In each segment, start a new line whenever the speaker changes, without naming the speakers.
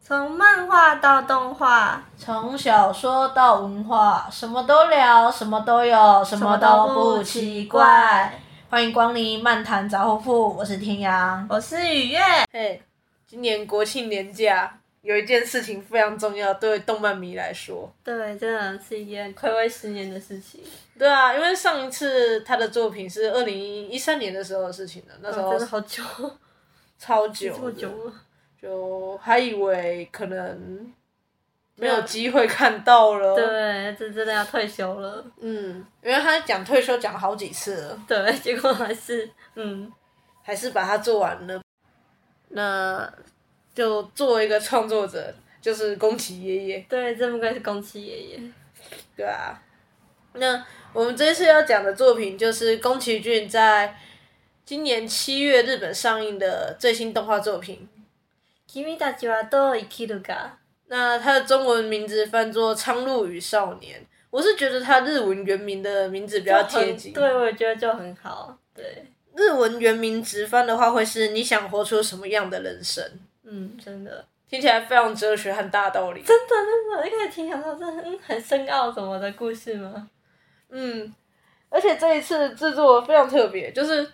从漫画到动画，
从小说到文化，什么都聊，什么都有，什么都不奇怪。。欢迎光临漫谈杂货铺，我是天阳。
我是雨月，
嘿、今年国庆年假有一件事情非常重要，对动漫迷来说。
对，真的是一件暌违十年的事情，
对啊，因为上一次他的作品是二零一三年的时哦候的事情了，那时候
啊真的好久，
超久的，
这么久了。
就还以为可能没有机会看到了。
对，这真的要退休了。
嗯，因为他讲退休讲了好几次了，
对，结果还是嗯，
还是把它做完了。那就作为一个创作者，就是宫崎爷爷，
对，这不愧是宫崎爷爷。
对啊。那我们这次要讲的作品就是宫崎骏在今年七月日本上映的最新动画作品。
君たちはどう生きるか？
那它的中文名字翻作《苍鹭与少年》，我是觉得它日文原名的名字比
比
较贴近。
对，我也觉得就很好。对，
日文原名直翻的话，会是你想活出什么样的人生？
嗯，真的。
听起来非常哲学和大道理。
真的真的，一开始听想说这很很深奥什么的故事吗？
嗯，而且这一次制作非常特别，就是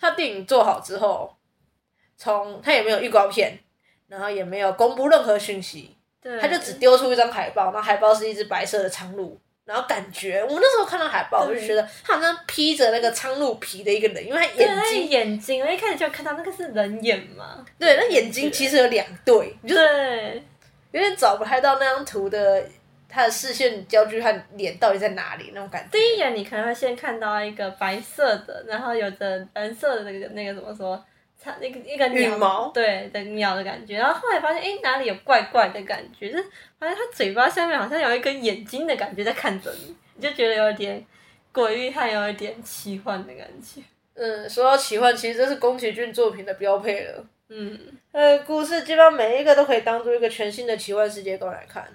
他电影做好之后，从他也没有预告片，然后也没有公布任何讯息，
对，
他就只丢出一张海报，那海报是一只白色的苍鹭。然后感觉，我那时候看到海报，我就觉得他好像披着那个苍鹭皮的一个人，因为他
对
眼
那
睛，
眼睛，我一开始就看到那个是人眼嘛。
对，那眼睛其实有两对，你就是
对，
有点找不太到那张图的他的视线焦距和脸到底在哪里那种感觉。
第一眼你可能会先看到一个白色的，然后有着蓝色的那个那个怎么说，它那个一个鸟
羽毛
对的鸟的感觉，然后后来发现哎哪里有怪怪的感觉，就是发现它嘴巴下面好像有一根眼睛的感觉在看着你，你就觉得有点诡异，还有一点奇幻的感觉。
嗯，说到奇幻，其实这是宫崎骏作品的标配了。
嗯，
他的呃故事基本上每一个都可以当做一个全新的奇幻世界观来看。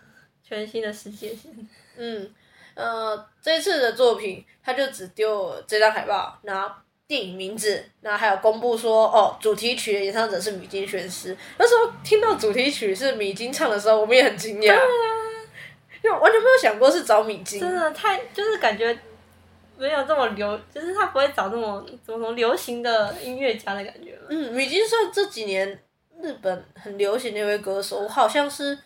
全新的世界线。
嗯，呃，这次的作品他就只丢这张海报，然后电影名字，然后还有公布说哦，主题曲的演唱者是米津玄师。那时候听到主题曲是米津唱的时候，我们也很惊讶，因为完全没有想过是找米津。
真的太就是感觉没有这么流，就是他不会找那么怎么说流行的音乐家的感觉嘛。
嗯，米津算这几年日本很流行的一位歌手，我好像是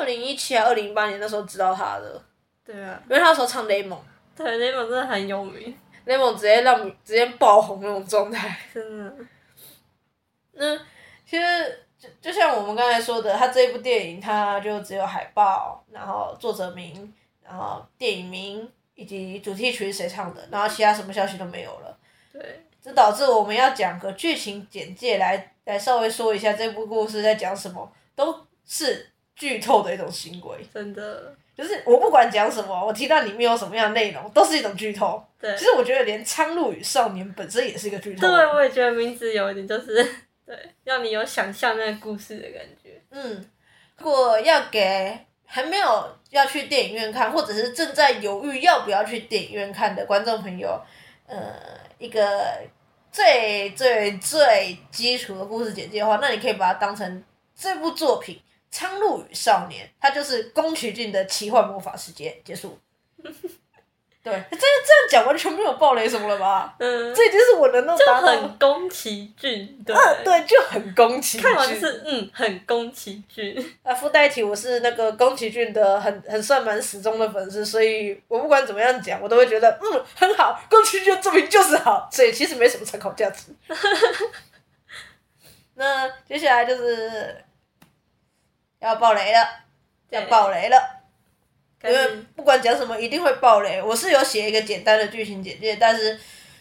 二零一七还二零一八年那时候知道他的，
对啊，
因为他那时候唱《Lemon》，
对，那本真的很有名，
《Lemon》直接让米直接爆红那种状态。
真的。
那其实就就像我们刚才说的，他这一部电影它就只有海报，然后作者名，然后电影名以及主题曲是谁唱的，然后其他什么消息都没有了。
对，
这导致我们要讲个剧情简介来来稍微说一下这部故事在讲什么，都是剧透的一种行为。
真的，
就是我不管讲什么，我提到里面有什么样的内容，都是一种剧透。
对
其，实我觉得连《苍鹭与少年》本身也是一个剧透。
对，我也觉得名字有一点就是 对，让你有想象那个故事的感觉。
嗯，如果要给还没有要去电影院看，或者是正在犹豫要不要去电影院看的观众朋友，呃，一个最最最基础的故事简介的话，那你可以把它当成这部作品《苍鹭与少年》，它就是宫崎骏的奇幻魔法世界结束。对，这这样讲完全没有暴雷什么了吧？
嗯，
这已经是我能够
就
达到的，
很宫崎骏，啊对，
对，就很宫崎骏。
看完就是嗯，很宫崎骏。
啊，附带一提，我是那个宫崎骏的很很算蛮始终的粉丝，所以我不管怎么样讲，我都会觉得嗯很好，宫崎骏的作品就是好，所以其实没什么参考价值。 那接下来就是要爆雷了，要
对
爆雷了，
开
因为
始
不管讲什么一定会爆雷。我是有写一个简单的剧情简介，但是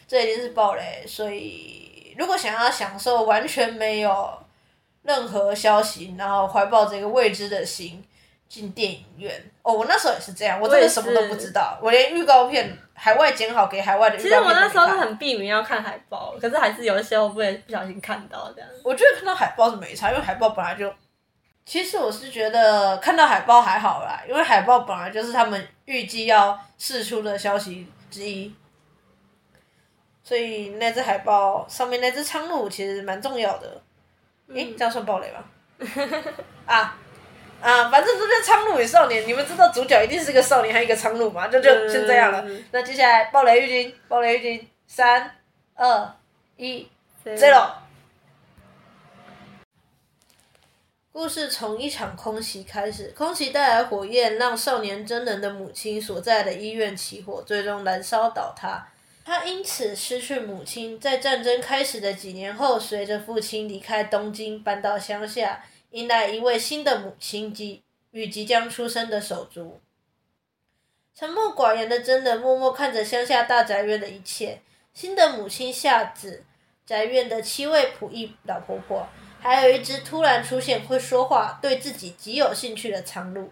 这已经是爆雷，所以如果想要享受完全没有任何消息，然后怀抱着一个未知的心进电影院。哦，我那时候也是这样，我真
我
的
也是
什么都不知道，我连预告片海外剪好给海外的
其
预
实
告
我
片都
那
没
时候是
看。
很避免要看海报，可是还是有一些我不会不小心看到这样。
我觉得看到海报是没差，因为海报本来就。其实我是觉得看到海报还好啦，因为海报本来就是他们预计要释出的消息之一，所以那只海报上面那只 苍鹭其实蛮重要的。诶、这样算暴雷吗？啊，啊，反正这就是苍鹭与少年，你们知道主角一定是个少年，还有一个苍鹭嘛，就就
嗯
先这样了。那接下来暴雷预警，暴雷预警，三、二、一，zero。故事从一场空袭开始，空袭带来火焰，让少年真人的母亲所在的医院起火，最终燃烧倒塌。他因此失去母亲，在战争开始的几年后，随着父亲离开东京，搬到乡下，迎来一位新的母亲及与即将出生的手足。沉默寡言的真人默默看着乡下大宅院的一切，新的母亲夏子，宅院的七位仆役老婆婆，还有一只突然出现会说话、对自己极有兴趣的苍鹭。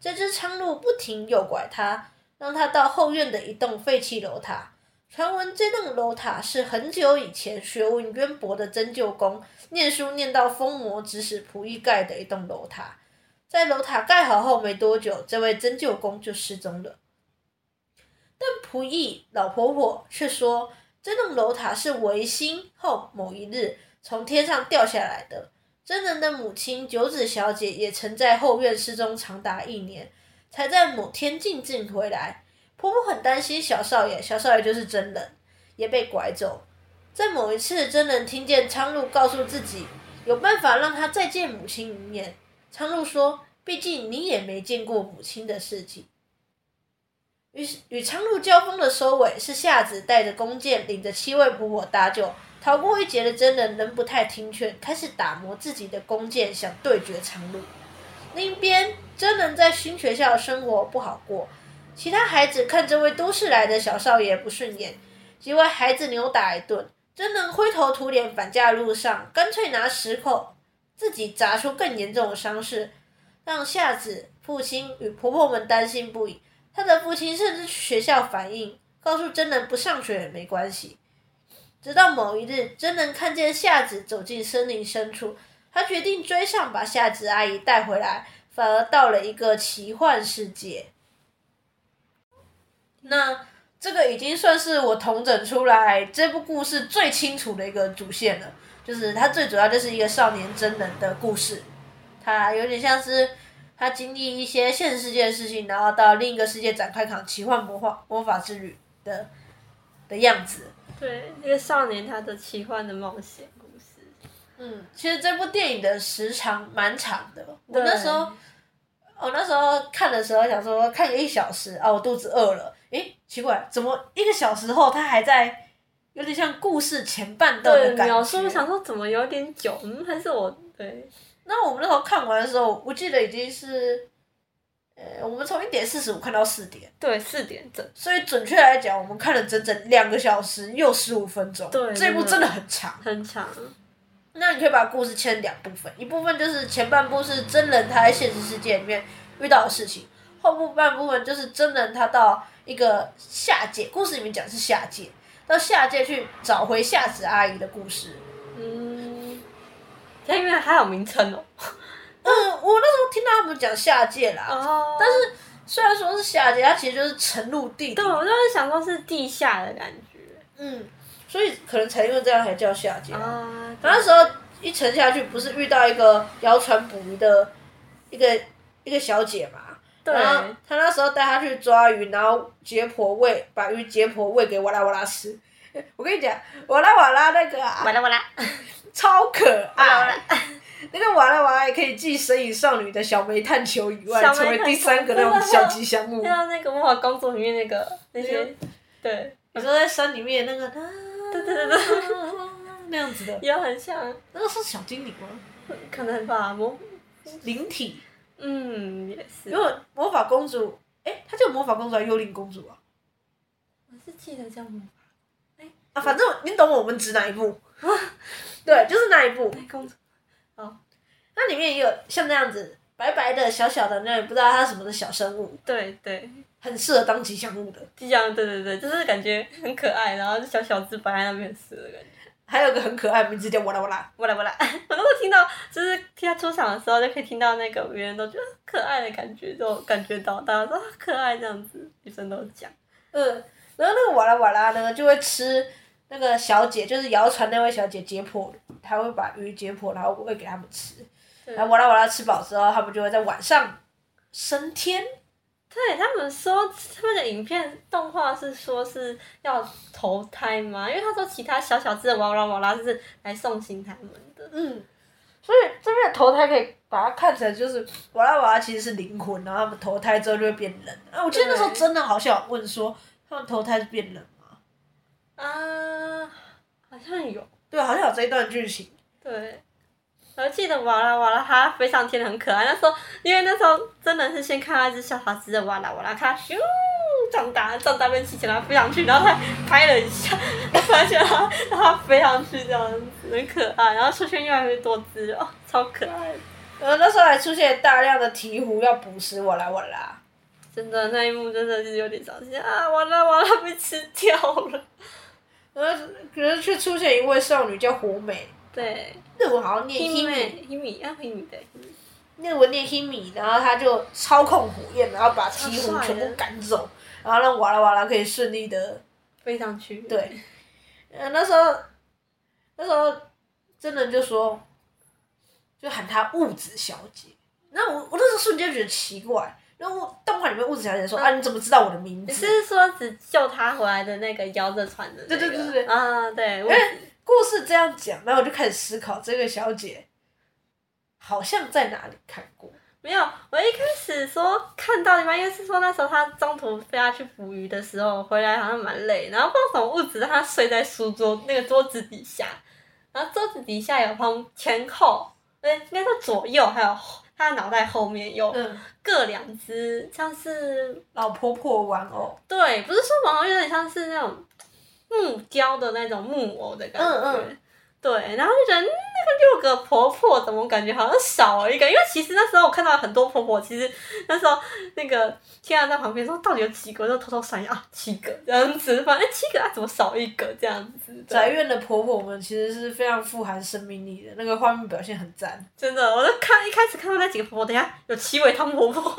这只苍鹭不停诱拐他，让他到后院的一栋废弃楼塔。传闻这栋楼塔是很久以前学问渊博的针灸工念书念到疯魔指使仆役盖的一栋楼塔。在楼塔盖好后没多久，这位针灸工就失踪了。但仆役老婆婆却说，这栋楼塔是维新后某一日从天上掉下来的。真人的母亲九子小姐也曾在后院失踪长达一年，才在某天静静回来。婆婆很担心小少爷，小少爷就是真人，也被拐走。在某一次，真人听见苍鹭告诉自己，有办法让他再见母亲一面。苍鹭说：“毕竟你也没见过母亲的事情。”与与苍鹭交锋的收尾是夏子带着弓箭，领着七位仆火搭救，逃过一劫的真人仍不太听劝，开始打磨自己的弓箭，想对决苍鹭。另一边，真人在新学校生活不好过，其他孩子看这位都市来的小少爷不顺眼，即为孩子扭打一顿。真人灰头土脸返家的路上，干脆拿石头自己砸出更严重的伤势，让夏子、父亲与婆婆们担心不已。他的父亲甚至去学校反映，告诉真人不上学也没关系。直到某一日，真人看见夏子走进森林深处，他决定追上，把夏子阿姨带回来，反而到了一个奇幻世界。那这个已经算是我统整出来这部故事最清楚的一个主线了，就是它最主要就是一个少年真人的故事，它有点像是他经历一些现实世界的事情，然后到另一个世界展开场奇幻魔法魔法之旅的的样子。
对，一个少年他的奇幻的冒险故事。
嗯，其实这部电影的时长蛮长的，我
对
那时候。我那时候看的时候想说看个一小时啊，我肚子饿了。诶，奇怪，怎么一个小时后他还在，有点像故事前半段
对
的，感觉。
描述我想说怎么有点久，嗯，还是我对
那我们那时候看完的时候，我记得已经是，呃，我们从一点四十五看到四点，
对四点整，
所以准确来讲，我们看了整整两个小时又十五分钟。
对
这一部真的很长。
很长，
那你可以把故事切成两部分，一部分就是前半部是真人他在现实世界里面遇到的事情，后部半部分就是真人他到一个下界，故事里面讲是下界，到下界去找回夏子阿姨的故事。
嗯，它因为还有名称哦，
嗯，我那时候听到他们讲下界啦，
哦，但是
虽然说是下界，它其实就是沉入地底
对，我就是想说是地下的感觉
嗯，所以可能才因为这样才叫下界啊。
啊，
然后那时候一沉下去，不是遇到一个谣传捕鱼的一个一个小姐嘛？
对
然后他那时候带她去抓鱼，然后解剖喂，把鱼解剖喂给瓦拉瓦拉吃。 我跟你讲，瓦拉瓦拉那个、啊、
完了完了，
超可
完 了
爱，那个瓦拉瓦拉也可以继《神隐少女》的小梅探球以外，
小梅
成为第三个那种小吉祥 物。
像那个魔法公主里面那个那些
嗯，
对
你说在山里面那个，
对
对
对对，
那样子的，
也很像，
那个是小精灵吗？
可能吧，魔，
灵体。
嗯，也是，
因为魔法公主，哎、她叫魔法公主还是幽灵公主啊？
我是记得叫魔法
啊，反正你懂我们指哪一部？对，就是那一部。
公公主，
那里面也有像那样子白白的、小小的，那也不知道它是什么的小生物，
对对。
很适合当吉祥物的。
就这样，对对对，就是感觉很可爱，然后就小小只摆在那边吃的感觉。
还有个很可爱，名字叫哇啦哇啦。
我来我来， 我都会听到，就是听他出场的时候，就可以听到那个别人都觉得啊可爱的感觉，就感觉到大家都啊可爱这样子，女生都讲。
嗯，然后那个哇啦哇啦呢，就会吃那个小姐，就是谣传那位小姐解剖，她会把鱼解剖，然后喂给他们吃。
对
然后哇啦哇啦吃饱之后，他们就会在晚上升天。
对他们说，他们的影片动画是说是要投胎吗？因为他说其他小小只的哇啦哇啦是来送行他们的。
嗯，所以这边的投胎可以把它看成就是瓦拉瓦拉其实是灵魂，然后他们投胎之后就会变人。啊，我记得那时候
对
真的好像有问说，他们投胎是变人吗？
啊，好像有
对，好像有这一段剧情。
对。然后记得哇啦哇啦，它飞上天很可爱。那时候，因为那时候真的是先看到一只小小只的哇啦哇啦，看它咻长大，长大变气球，然后飞上去，然后它拍了一下， 我发现它让它飞上去这样子，很可爱。然后出现越来越多只哦，超可爱的。
呃，那时候还出现大量的鹈鹕要捕食瓦拉瓦拉。
真的那一幕真的是有点伤心啊！完了完了，被吃掉了。
然后可是却出现一位少女叫火美，
对，
日文好像念
Himi
Himi，
Himi 啊 Himi 对
日文念 Himi，然后她就操控火焰，然后把鹈
超帅
鹕
的
全部赶走，然后让瓦拉瓦拉可以顺利的
飞上去。
对，呃，那时候，那时候真的就说，就喊她物质小姐。那我我那时候瞬间觉得奇怪，然后我动画里面物质小姐说、啊，你怎么知道我的名
你
字？
是说只救他回来的那个摇着船的、那个？
对对对哎对对
啊，对，我
故事这样讲，然后我就开始思考这个小姐好像在哪里看过。
没有，我一开始说看到一半，因为是说那时候他中途飞下去捕鱼的时候，回来好像蛮累，然后不知道什么物质让他睡在书桌那个桌子底下，然后桌子底下有旁前后，对，应该说左右，还有后他的脑袋后面有
嗯，
各两只，像是
老婆婆玩偶。
对，不是说毛偶，有点像是那种木雕的那种木偶的感觉。
嗯
对，然后就觉得嗯那个六个婆婆怎么感觉好像少了一个？因为其实那时候我看到很多婆婆，其实那时候那个天安在旁边说到底有几个，我就偷偷算一下啊，七个这样子，反正七个啊怎么少一个这样子？对
宅院的婆婆们其实是非常富含生命力的，那个画面表现很赞。
真的，我就看一开始看到那几个婆婆，等一下有七位汤婆婆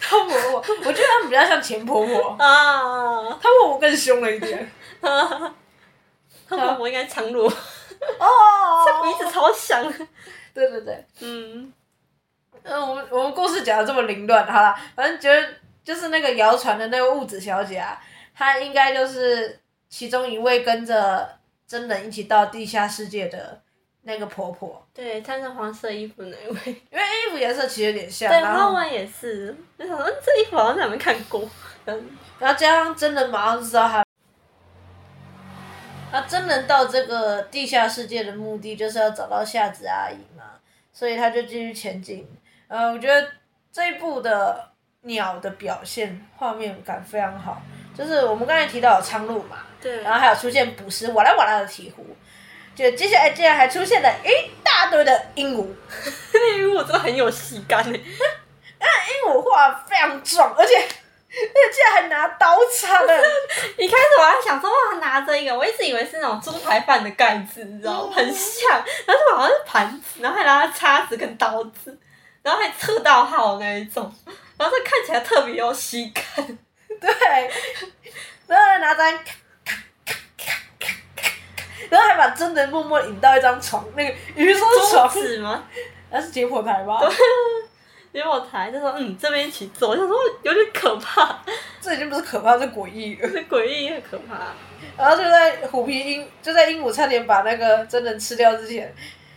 汤婆婆，我觉得她们比较像钱婆婆，
啊，
汤婆婆更凶了一点。
汤婆婆应该长乳，
哦，
她鼻子超响，
对对对，
嗯。
嗯，我们我们故事讲的这么凌乱，好了，反正觉得就是那个谣传的那个物质小姐啊，她应该就是其中一位跟着真人一起到地下世界的那个婆婆，
对，穿着黄色衣服那一位。
因为衣服颜色其实有点 像，
对，
然
然后
后
我也是，我想说嗯这衣服好像在哪边看过。嗯，
然后加上真人马上知道她。那真人到这个地下世界的目的就是要找到夏子阿姨嘛，所以他就继续前进。呃，我觉得这一部的鸟的表现画面感非常好，就是我们刚才提到有苍鹭嘛，
对
然后还有出现捕食瓦拉瓦拉的鹈鹕，就接下来竟然还出现了一大堆的鹦鹉，
那衣服真的很有喜感诶，
鹦鹉画得非常壮，而且而且竟然还拿刀叉了，
一开始我还想说哇，拿着一个，我一直以为是那种猪排饭的盖子，你知道吗？
哦
很像，但是我好像是盘子，然后还拿着叉子跟刀子，然后还测到号那一种，然后这看起来特别有喜感。
对，然后还拿张。然后还把真人默默引到一张床，那个鱼说床
桌，子吗？
那是解剖台吧？
结果才就说嗯，这边一起坐，我想说有点可怕，
这已经不是可怕，是诡异了。
这诡异也可怕。
然后就在虎皮鹦，就在鹦鹉差点把那个真人吃掉之前，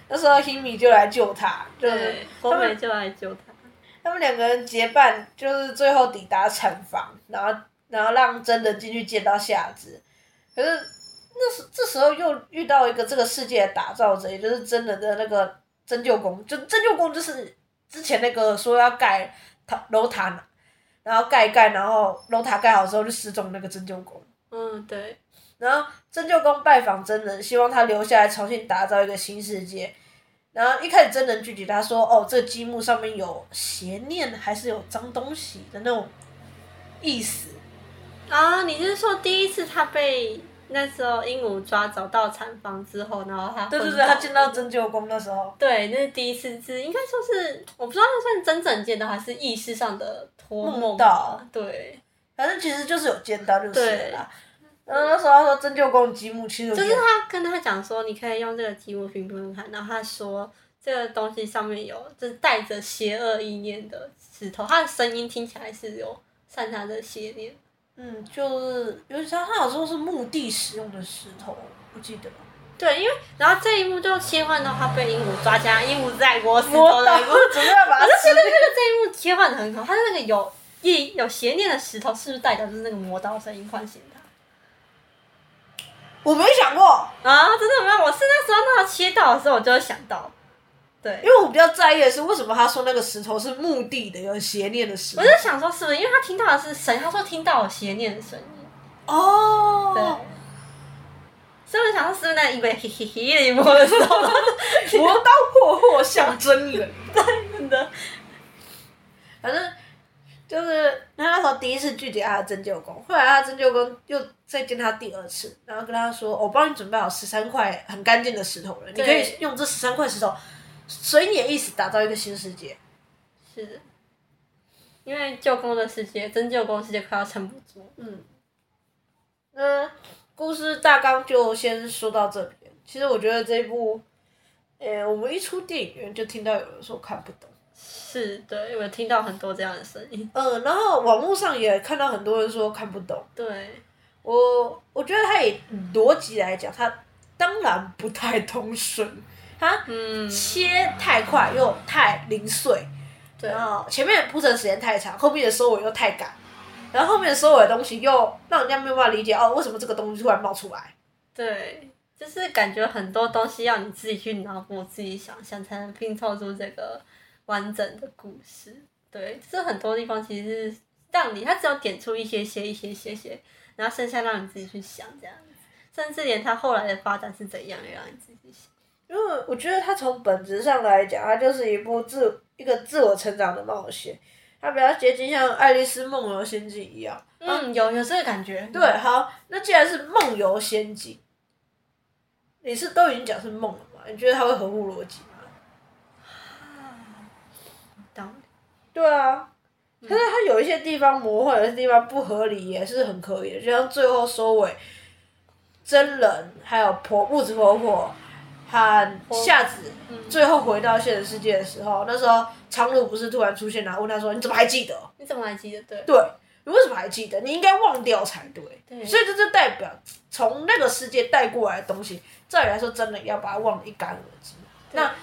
那时候 Himi 就来救他，就是
对，
他
国美
们
就来救他。
他们两个人结伴，就是最后抵达产房，然后然后让真人进去见到夏子。可是那时这时候又遇到一个这个世界的打造者，也就是真人的那个针灸工，就针灸工就是之前那个说要盖塔楼塔，然后盖一盖，然后楼塔盖好之后就失踪那个针灸工。
嗯，对。
然后真鹫公拜访真人，希望他留下来重新打造一个新世界。然后一开始真人拒绝他说：“哦，这积木上面有邪念，还是有脏东西的那种意思。
啊，你是说第一次他被那时候鹦鹉抓走到产房之后，然后他”
对对
昏
对，
倒
他见到真鹫公的时候，
对，那是第一次是应该说是我不知道那算真正见到还是意识上的托
梦
梦
到
吧对，
反正其实就是有见到就是了
对
啦。然后那时候他说真鹫公的积木其实有
就
点
是他跟他讲说你可以用这个积木评论看，然后他说。这个东西上面有就是带着邪恶意念的石头，它的声音听起来是有散发着邪念。
嗯，就是有像他有时候是墓地使用的石头，我记得。
对，因为然后这一幕就切换到他被鹦鹉抓起来，鹦鹉在我死
魔
头
导
的一幕，
主要把它吃
这个这一幕切换的很好，它那个有意有邪念的石头，是不是代表就是那个魔刀声音唤醒他？
我没想过，
啊，真的没有，我是那时候那时候切到的时候，我就会想到，对
因，为我比较在意的是为什么他说那个石头是墓地的有邪念的石
我
头
就。想说是不是因为他听到的是神，他说听到有邪念的声音，
哦，
对，所以我想说是不是那一个嘿嘿嘿的一波的时候，
磨刀霍霍像真人。
真的，
反正就是他那时候第一次拒绝他的针灸工，后来他的针灸工又再见他第二次，然后跟他说：“我帮你准备好十三块很干净的石头了，你
对
可以用这十三块石头，随你的意思打造一个新世界。
是的，因为舅公的世界，真舅公的世界快要撑不住，”
嗯，那故事大纲就先说到这边。其实我觉得这一部，呃、我们一出电影院就听到有人说看不懂。
是对，我听到很多这样的声音，
嗯，然后网络上也看到很多人说看不懂，
对，
我我觉得他也逻辑来讲，他当然不太通顺，他
嗯，
切太快又太零碎，
对，
然后前面铺陈时间太长，后面的收尾又太赶，然后后面的收尾的东西又让人家没有办法理解哦，为什么这个东西突然冒出来？
对，就是感觉很多东西要你自己去脑补、自己想象，才能拼凑出这个完整的故事。对，就是很多地方其实是让你，它只有点出一些些、一些些些，然后剩下让你自己去想这样子，甚至连它后来的发展是怎样，也让你自己想。
因为我觉得它从本质上来讲，它就是一部自一个自我成长的冒险，它比较接近像《爱丽丝梦游仙境》一样。
嗯，有有这个感觉。
对，好，那既然是梦游仙境，你是都已经讲是梦了嘛？你觉得它会合乎逻辑吗？
道理。
对啊，但是它有一些地方魔幻，有些地方不合理，也是很可以的。就像最后收尾，真人还有婆木子婆婆和夏子
嗯
最后回到现实世界的时候，那时候长鲁不是突然出现，然后问他说：“你怎么还记得？”
你怎么还记得？对，
对，你为什么还记得？你应该忘掉才对。
对
所以这就代表从那个世界带过来的东西，照理来说真的要把它忘得一干二净。
对
那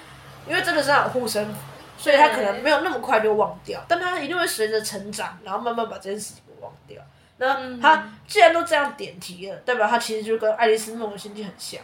因为真的是他有护身符，所以他可能没有那么快就忘掉，但他一定会随着成长，然后慢慢把这件事情给忘掉。那
嗯
他既然都这样点题了，代表他其实就跟《爱丽丝梦游仙境》很像。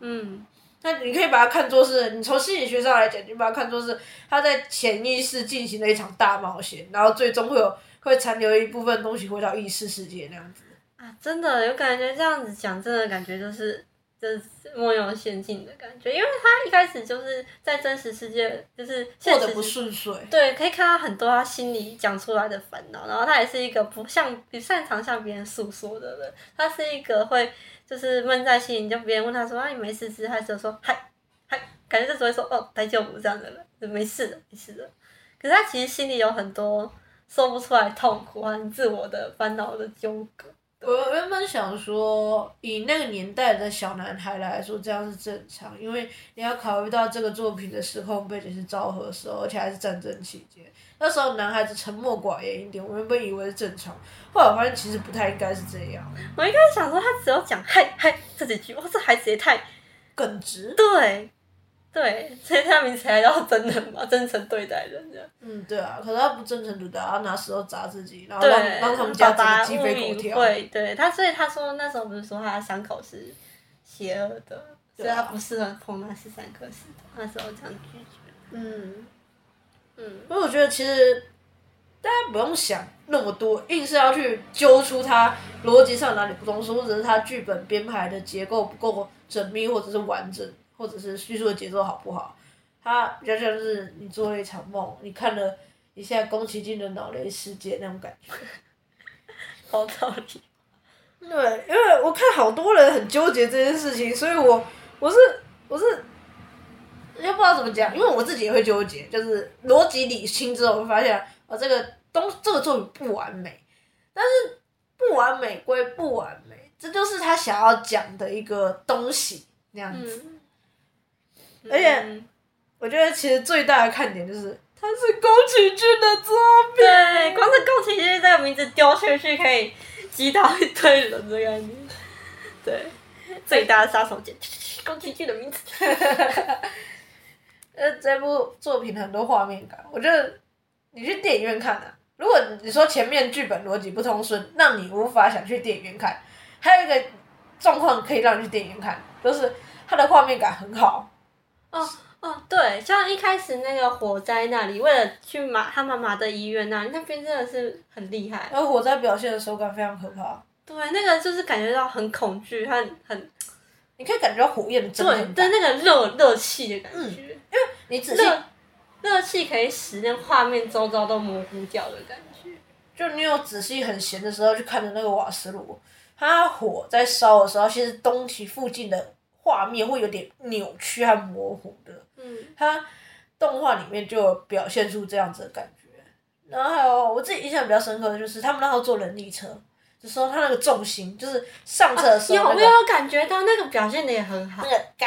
嗯，
那你可以把它看作是，你从心理学上来讲，你把它看作是他在潜意识进行了一场大冒险，然后最终会有会残留一部分东西回到意识世界那样子。
啊，真的有感觉，这样子讲，真的感觉就是，就是梦游仙境的感觉，因为他一开始就是在真实世界，就是
过
现
得
实
不
世
顺遂，
对，可以看到很多他心里讲出来的烦恼，然后他也是一个不像不擅长向别人诉说的人，他是一个会就是闷在心里，就别人问他说啊你没事吃，他只有说嗨嗨，感觉就只会说哦白酒不这样的人，就没事的没事的。可是他其实心里有很多说不出来痛苦和自我的烦恼的纠葛，
我原本想说，以那个年代的小男孩来说，这样是正常，因为你要考虑到这个作品的时空背景是昭和时候，而且还是战争期间。那时候男孩子沉默寡言一点，我原本以为是正常，后来我发现其实不太应该是这样，
我一开始想说他只有讲嗨嗨这几句，哇这孩子也太
耿直。对，
对，所以他名字还叫真人嘛，真诚对待人这样。
嗯，对啊，可是他不真诚对待，他拿石头砸自己，然后
对，
让让他们家整
爸
个
爸
鸡
物
飞狗
理
跳。
会，对他，所以他说那时候不是说他的伤口是邪恶的，所
对
以
啊
他不适合碰那十三颗石头。那时候这样拒绝，
嗯，
嗯，
因为我觉得其实大家不用想那么多，硬是要去揪出它逻辑上哪里不通顺，或者是它剧本编排的结构不够缜密，或者是完整，或者是叙述的节奏好不好。它比较像是你做了一场梦，你看了一下宫崎骏的脑雷世界那种感觉。
好道理。
对，因为我看好多人很纠结这件事情，所以我我是我是也不知道怎么讲，因为我自己也会纠结，就是逻辑理清之后，我会发现哦，这个东这个作品不完美，但是不完美归不完美，这就是他想要讲的一个东西那样子。
嗯，
嗯而且
嗯
我觉得其实最大的看点就是它是宫崎骏的作品，
对，光是宫崎骏这个名字丢出去可以击倒一堆人的感觉。对，最大的杀手锏，宫崎骏的名字。
呃，这部作品很多画面感，我觉得你去电影院看啊，如果你说前面剧本逻辑不通顺，让你无法想去电影院看，还有一个状况可以让你去电影院看，就是它的画面感很好，
哦，对，像一开始那个火灾那里，为了去马他妈妈的医院那里，那边真的是很厉害。
而火灾表现的手感非常可怕，
对，那个就是感觉到很恐惧，很很
你可以感觉到火焰的真
对
正
对
感。
那个热热气的感觉，
你仔细
热热气可以使那画面周遭都模糊掉的感觉。
就你有仔细很闲的时候去看着那个瓦斯炉，它火在烧的时候，其实东西附近的画面会有点扭曲和模糊的。
嗯，
它动画里面就有表现出这样子的感觉。然后还有我自己印象比较深刻的就是他们那时候坐人力车，就说他那个重心就是上车的时
啊有
候那
没
个、
有感觉到那个表现的也很好
那？个嘎，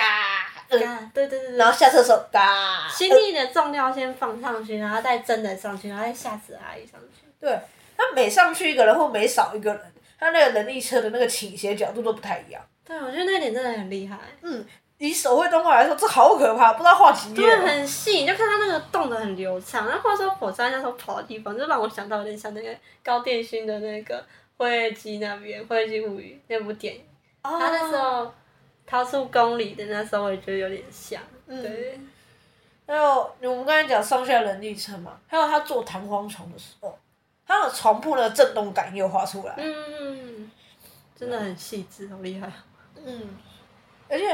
呃
啊对对对
然
对，
后下车的时候嘎，
心力的重量先放上去，然后再真的上去，然后再吓死阿姨上去。
对，他每上去一个人或每少一个人，他那个人力车的那个倾斜角度都不太一样。
对，我觉得那点真的很厉害。
以手绘动画来说，这好可怕，不知道画几页
对，
了。
很细，你就看它那个动的很流畅。然后话说火山那时候跑的地方，就让我想到有点像那个高电勋的那个《灰夜姬》那边，《灰夜姬物语》那部电影，
哦
他那时候逃出宫里的那时候，我也觉得有点像。
嗯，
对，
还有我们刚才讲上下人力车嘛，还有他坐弹簧床的时候，他的床铺的震动感也有画出来。
嗯，真的很细致，好厉害。
嗯，而且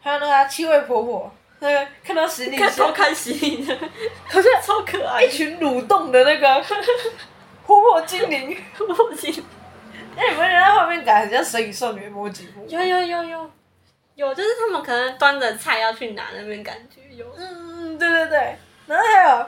还有那个啊七位婆婆，那个看到十里
看
香
超，开心的，
可是
超可爱
一。群蠕动的 那个婆婆精灵，哎
我记
那你们觉得画面感很像《神隐少女》的摸几步？
有有有有有，就是他们可能端着菜要去拿那边感觉有。
嗯，对对对，然后还有。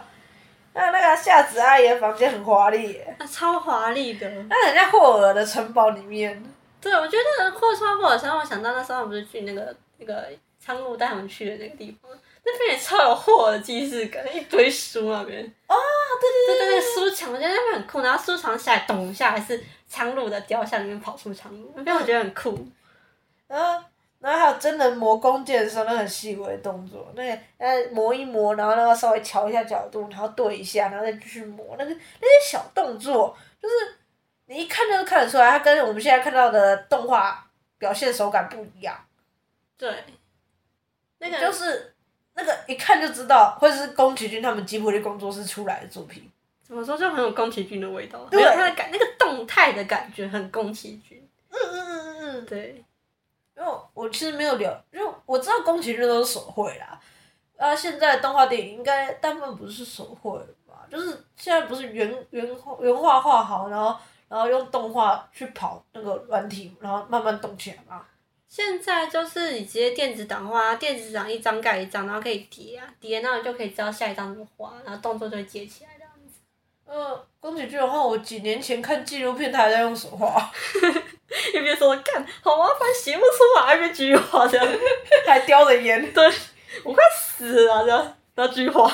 还有那个啊夏子阿姨的房间很华丽耶，
啊，超华丽的。
那人家霍尔的城堡里面，
对，我觉得霍川霍尔山，我想到那时候我们不是去那个那个仓库带他们去的那个地方，那边也超有霍尔的既视感，一堆书那边。哦，对对对对，书墙，我觉得那边很酷。然后书墙下来，咚一下还是苍鹭的雕像里面跑出苍鹭，那边我觉得很酷。
然后然后还有真人磨弓箭的时候那很细微的动作，那个呃磨一磨，然后那个稍微调一下角度，然后对一下，然后再继续磨，那个那些小动作，就是你一看就看得出来，它跟我们现在看到的动画表现手感不一样，
对，那个
就是那个一看就知道会是宫崎骏他们吉卜力工作室出来的作品。
怎么说就很有宫崎骏的味道，
对
没有他的感那个动态的感觉很宫崎骏。
嗯嗯嗯嗯嗯。
对，
因为我其实没有了，因为我知道宫崎骏都是手绘啦，啊，现在动画电影应该大部分不是手绘吧，就是现在不是原原画原画画好，然后然后用动画去跑那个软体，然后慢慢动起来嘛。
现在就是你直接电子档画，电子档一张盖一张，然后可以叠啊叠，然后你就可以知道下一张怎么画，然后动作就会接起来这样 子。
呃，宫崎骏的话，我几年前看纪录片，他还在用手画，
一边说干好麻烦，写不出来，一边继续画这样，
还叼着烟。
对我快死了这样，然后继续画。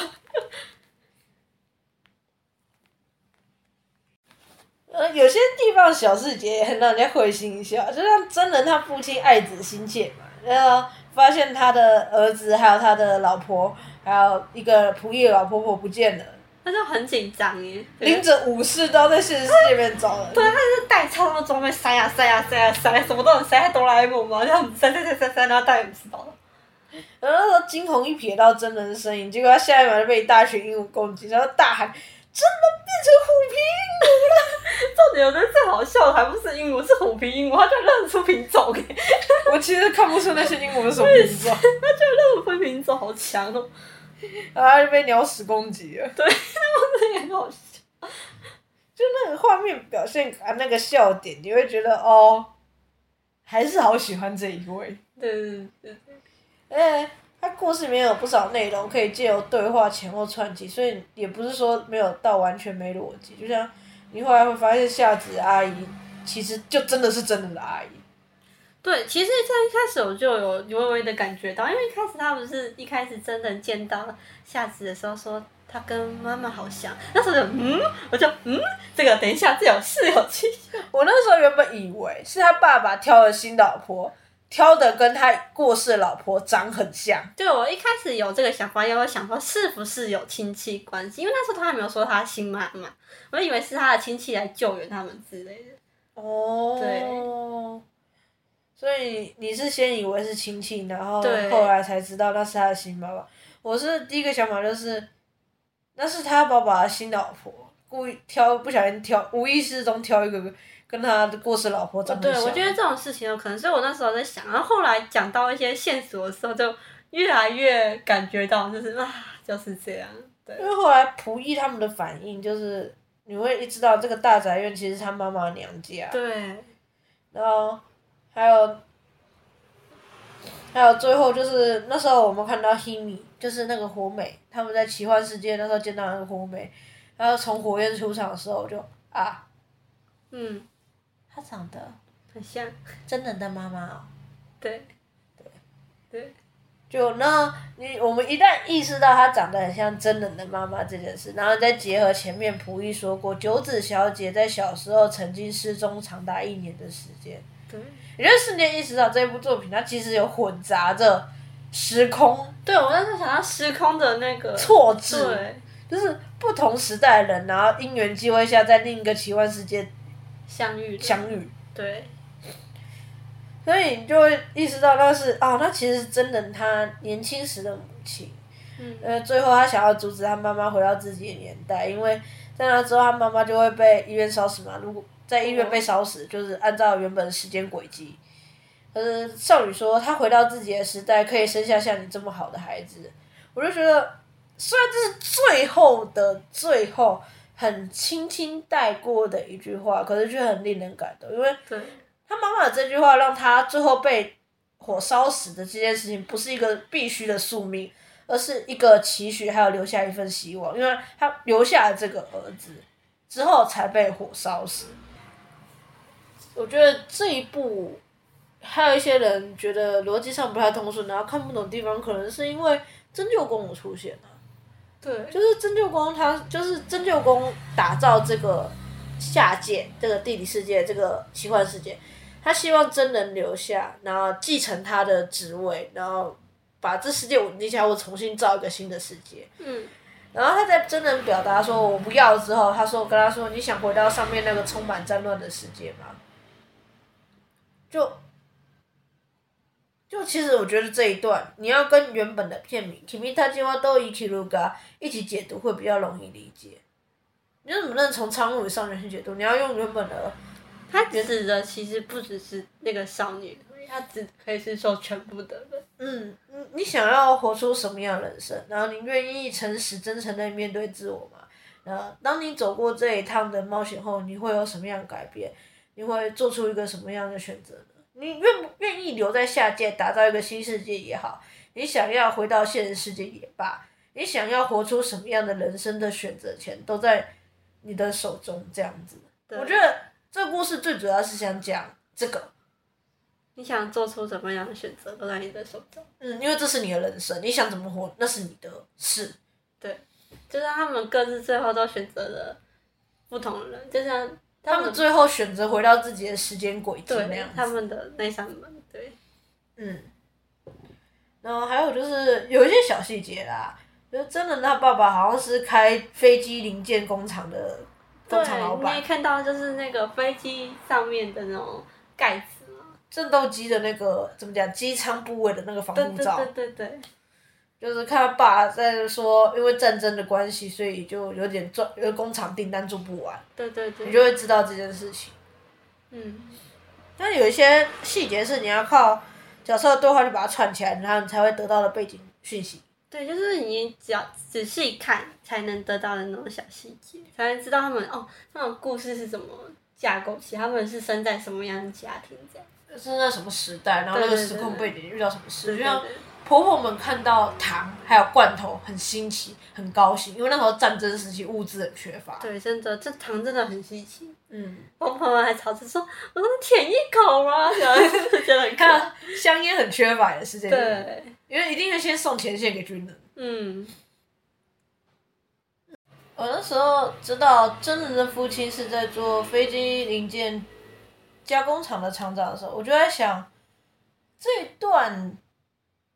呃，有些地方小细节也很让人家会心一笑，就像真人他父亲爱子心切嘛，然后发现他的儿子还有他的老婆，还有一个仆役的老婆婆不见了，
他就很紧张耶，
拎
对，
着武士刀在现实世界里面找人。
对，他就是带超多装备塞呀塞呀塞呀啊塞，什么都很塞，还哆啦 A 梦嘛，这样子塞塞塞塞塞，然后大家也不知道了。
然后那时候惊鸿一瞥到真人的身影，结果他下一秒就被一大群鹦鹉攻击，然后大喊：“真人变成虎皮鹦鹉了！”
重点我觉得最好笑的还不是鹦鹉，是虎皮鹦鹉，它就认出品种哎、欸，
我其实看不出那些鹦鹉是什么哦品种，
它 就认出品种，好强哦、
然后他就被鸟屎攻击了。
这也很好笑。
就那个画面表现啊，那个笑点，你会觉得哦，还是好喜欢这一位。
对对对对，
哎，他故事里面有不少内容可以借由对话前后串起，所以也不是说没有到完全没逻辑。就像你后来会发现，夏子阿姨其实就真的是真的的阿姨，
对，其实，在一开始我就有微微的感觉到，因为一开始他不是一开始真的见到夏子的时候说他跟妈妈好像，那时候就嗯，我就嗯，这个等一下这有事有蹊跷，
我那时候原本以为是他爸爸挑了新老婆，挑的跟他过世的老婆长很像。
对我一开始有这个想法，也有想说是不是有亲戚关系，因为那时候他还没有说他新妈妈，我以为是他的亲戚来救援他们之类的。
哦，
对，
所以你是先以为是亲戚，然后
对
后来才知道那是他的新爸爸。我是第一个想法就是，那是他爸爸的新老婆，故意挑不小心挑，无意识中挑一个跟他的过世老婆长得
对，
像。
我觉得这种事情哦有可能，所以我那时候在想，然后后来讲到一些线索的时候，就越来越感觉到，就是啊，就是这样。对
因为后来仆役他们的反应就是，你会一知道这个大宅院其实是他妈妈的娘家。
对，
然后还有还有最后就是那时候我们看到 Himi，就是那个火美，他们在奇幻世界那时候见到那个火美，然后从火焰出场的时候我就啊，
嗯，
她长得
很像，
真人的妈妈哦。
对，对，对，
就那你我们一旦意识到她长得很像真人的妈妈这件事，然后再结合前面仆役说过，九子小姐在小时候曾经失踪长达一年的时间，
对，
也就是瞬间意识到这部作品它其实有混杂着时空
对我那时候想到时空的那个，
错置，
对，
就是不同时代的人，然后因缘机会下在另一个奇幻世界
相遇的，
相遇，
对，
所以你就会意识到那是啊，那其实是真人他年轻时的母亲，
嗯，
呃，最后他想要阻止他妈妈回到自己的年代，因为在那之后他妈妈就会被医院烧死嘛，如果在医院被烧死，就是按照原本的时间轨迹。可是少女说，她回到自己的时代，可以生下像你这么好的孩子，我就觉得，虽然这是最后的最后，很轻轻带过的一句话，可是却很令人感动，因为
对，
他妈妈的这句话让他最后被火烧死的这件事情，不是一个必须的宿命，而是一个期许，还有留下一份希望，因为他留下了这个儿子之后才被火烧死。我觉得这一部还有一些人觉得逻辑上不太通顺，然后看不懂的地方，可能是因为针灸公主出现了。
对，
就是针灸宫，它就是针灸宫打造这个下界，这个地理世界，这个奇幻世界，他希望真人留下，然后继承他的职位，然后把这世界稳定下来，我重新造一个新的世界。
嗯，
然后他在真人表达说我不要之后，他说我跟他说你想回到上面那个充满战乱的世界吗？就就其实我觉得这一段你要跟原本的片名《k i m i t a j i wa do i k i r u ga》一起解读会比较容易理解。你怎么能从苍鹭与少年去解读？你要用原本的
他指的其实不只是那个少女，他只可以是说全部的人，
嗯，你你想要活出什么样的人生？然后你愿意诚实、真诚的面对自我吗？然后，当你走过这一趟的冒险后，你会有什么样的改变？你会做出一个什么样的选择呢？你愿不愿意留在下界，打造一个新世界也好，你想要回到现实世界也罢，你想要活出什么样的人生的选择权，都在你的手中。这样子，
对
我觉得这故事最主要是想讲这个。
你想做出怎么样的选择都在你的手中。
嗯，因为这是你的人生，你想怎么活那是你的事。
就是他们各自最后都选择了不同人，就像
他们最后选择回到自己的时间轨迹那
对
样
他
子。
们的那扇门，对
嗯，然后还有就是有一些小细节啦，就是真的他爸爸好像是开飞机零件工厂的工厂老
对，你也
板，
看到就是那个飞机上面的那种盖子嘛，
战斗机的那个怎么讲，机舱部位的那个防
对
护
对
罩，
对对对
就是看他爸在说，因为战争的关系，所以就有点赚，有工厂订单做不完，
对对
你
对，
就会知道这件事情。
嗯，
但有一些细节是你要靠角色的对话去把它串起来，然后你才会得到的背景讯息。
对，就是你只要仔细看才能得到的那种小细节，才能知道他们哦，他们故事是怎么架构起来，他们是生在什么样的家庭这样。
是那什么时代，然后那个时空背景遇到什么事，
对
就
对
像
对
婆婆们看到糖还有罐头很新奇，很高兴，因为那时候战争时期物资很缺乏。
对，真的，这糖真的很稀奇。
嗯，
我朋友们还吵着说：“我能舔一口啊！” 然后就觉得很
还有
看。
香烟很缺乏也是这样，
对，
因为一定会先送前线给军人。
嗯，
我那时候知道真人的夫妻是在做飞机零件加工厂的厂长的时候，我就在想，这一段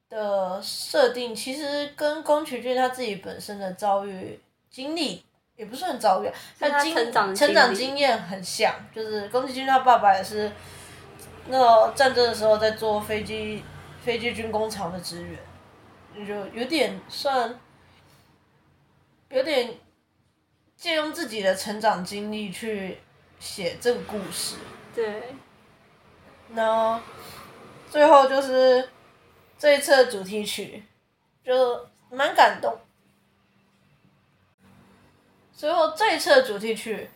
的设定其实跟宫崎骏他自己本身的遭遇经历。也不是很遭遇啊，
是他
经
成长的
成长
经历
经验很像，就是宫崎骏他爸爸也是，那种战争的时候在做飞机飞机军工厂的职员，就有点算，有点借用自己的成长经历去写这个故事，
对，
然后最后就是这一次的主题曲，就蛮感动。最后这一次的主题曲，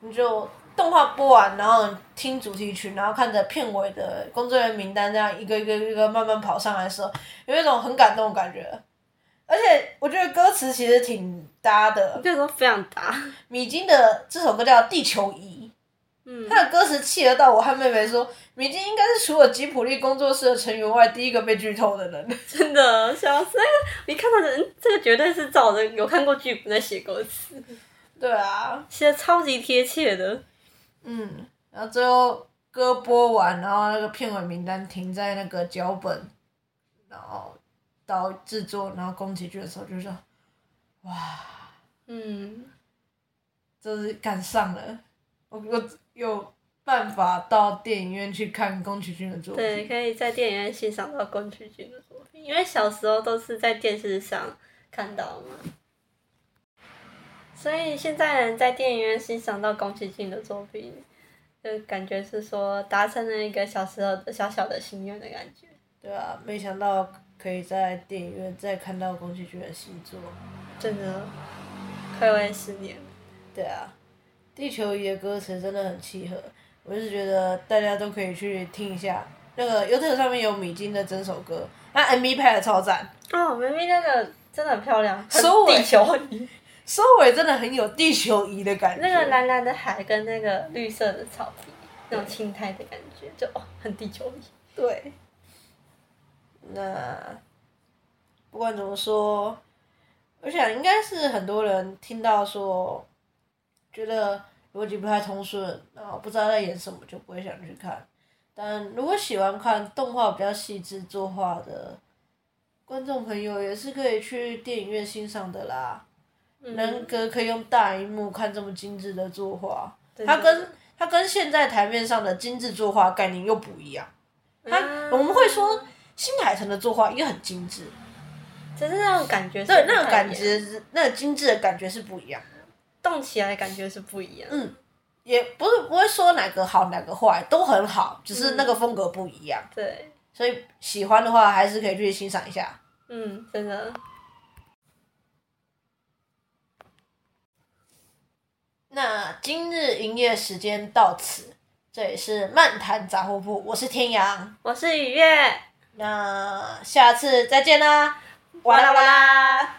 你就动画播完，然后听主题曲，然后看着片尾的工作人员名单，这样一个一个一个慢慢跑上来的时候，有一种很感动的感觉。而且我觉得歌词其实挺搭的，
这个都非常搭。
米津的这首歌叫《地球仪》。
嗯，
他的歌词气得到我和妹妹说，米津应该是除了吉普力工作室的成员外第一个被剧透的 人。
真的，笑死！那个你看到的，嗯这个绝对是照着有看过剧本在写歌词，
对啊，
写的超级贴切的。
嗯，然后最后歌播完，然后那个片尾名单停在那个脚本，然后到制作，然后宫崎骏的时候就说，哇，
嗯，
这是赶上了，我我有办法到电影院去看宫崎骏的作
对，
品。
可以在电影院欣赏到宫崎骏的作品，因为小时候都是在电视上看到嘛，所以现在人在电影院欣赏到宫崎骏的作品，就感觉是说达成了一个小时候的小小的心愿的感觉。
对啊，没想到可以在电影院再看到宫崎骏的新作。
真的，快为十年了。
对啊，地球仪的歌词真的很契合，我就是觉得大家都可以去听一下。那个 YouTube 上面有米津的整首歌，那 MV 拍的超赞，
哦，明明那个真的很漂亮，很
收尾
地球仪，
收尾真的很有地球仪的感觉。
那个蓝蓝的海跟那个绿色的草地，那种青苔的感觉，就哦，很地球仪。
对，那不管怎么说，我想应该是很多人听到说，觉得逻辑不太通顺，然后不知道在演什么，就不会想去看。但如果喜欢看动画比较细致作画的观众朋友，也是可以去电影院欣赏的啦。难
嗯，
得可以用大荧幕看这么精致的作画，
真的
它跟它跟现在台面上的精致作画概念又不一样。它、
嗯
我们会说新海诚的作画也很精致，
只是那种感觉，
对那个感，觉是，那个精致的感觉是不一样的。
动起来的感觉是不一样。
嗯，也不是不会说哪个好哪个坏，都很好，只是那个风格不一样。
对，
所以喜欢的话，还是可以去欣赏一下。
嗯，真的，
那今日营业时间到此，这里是漫谈杂货铺，我是天阳。
我是雨月，
那下次再见啦，
哇啦哇啦。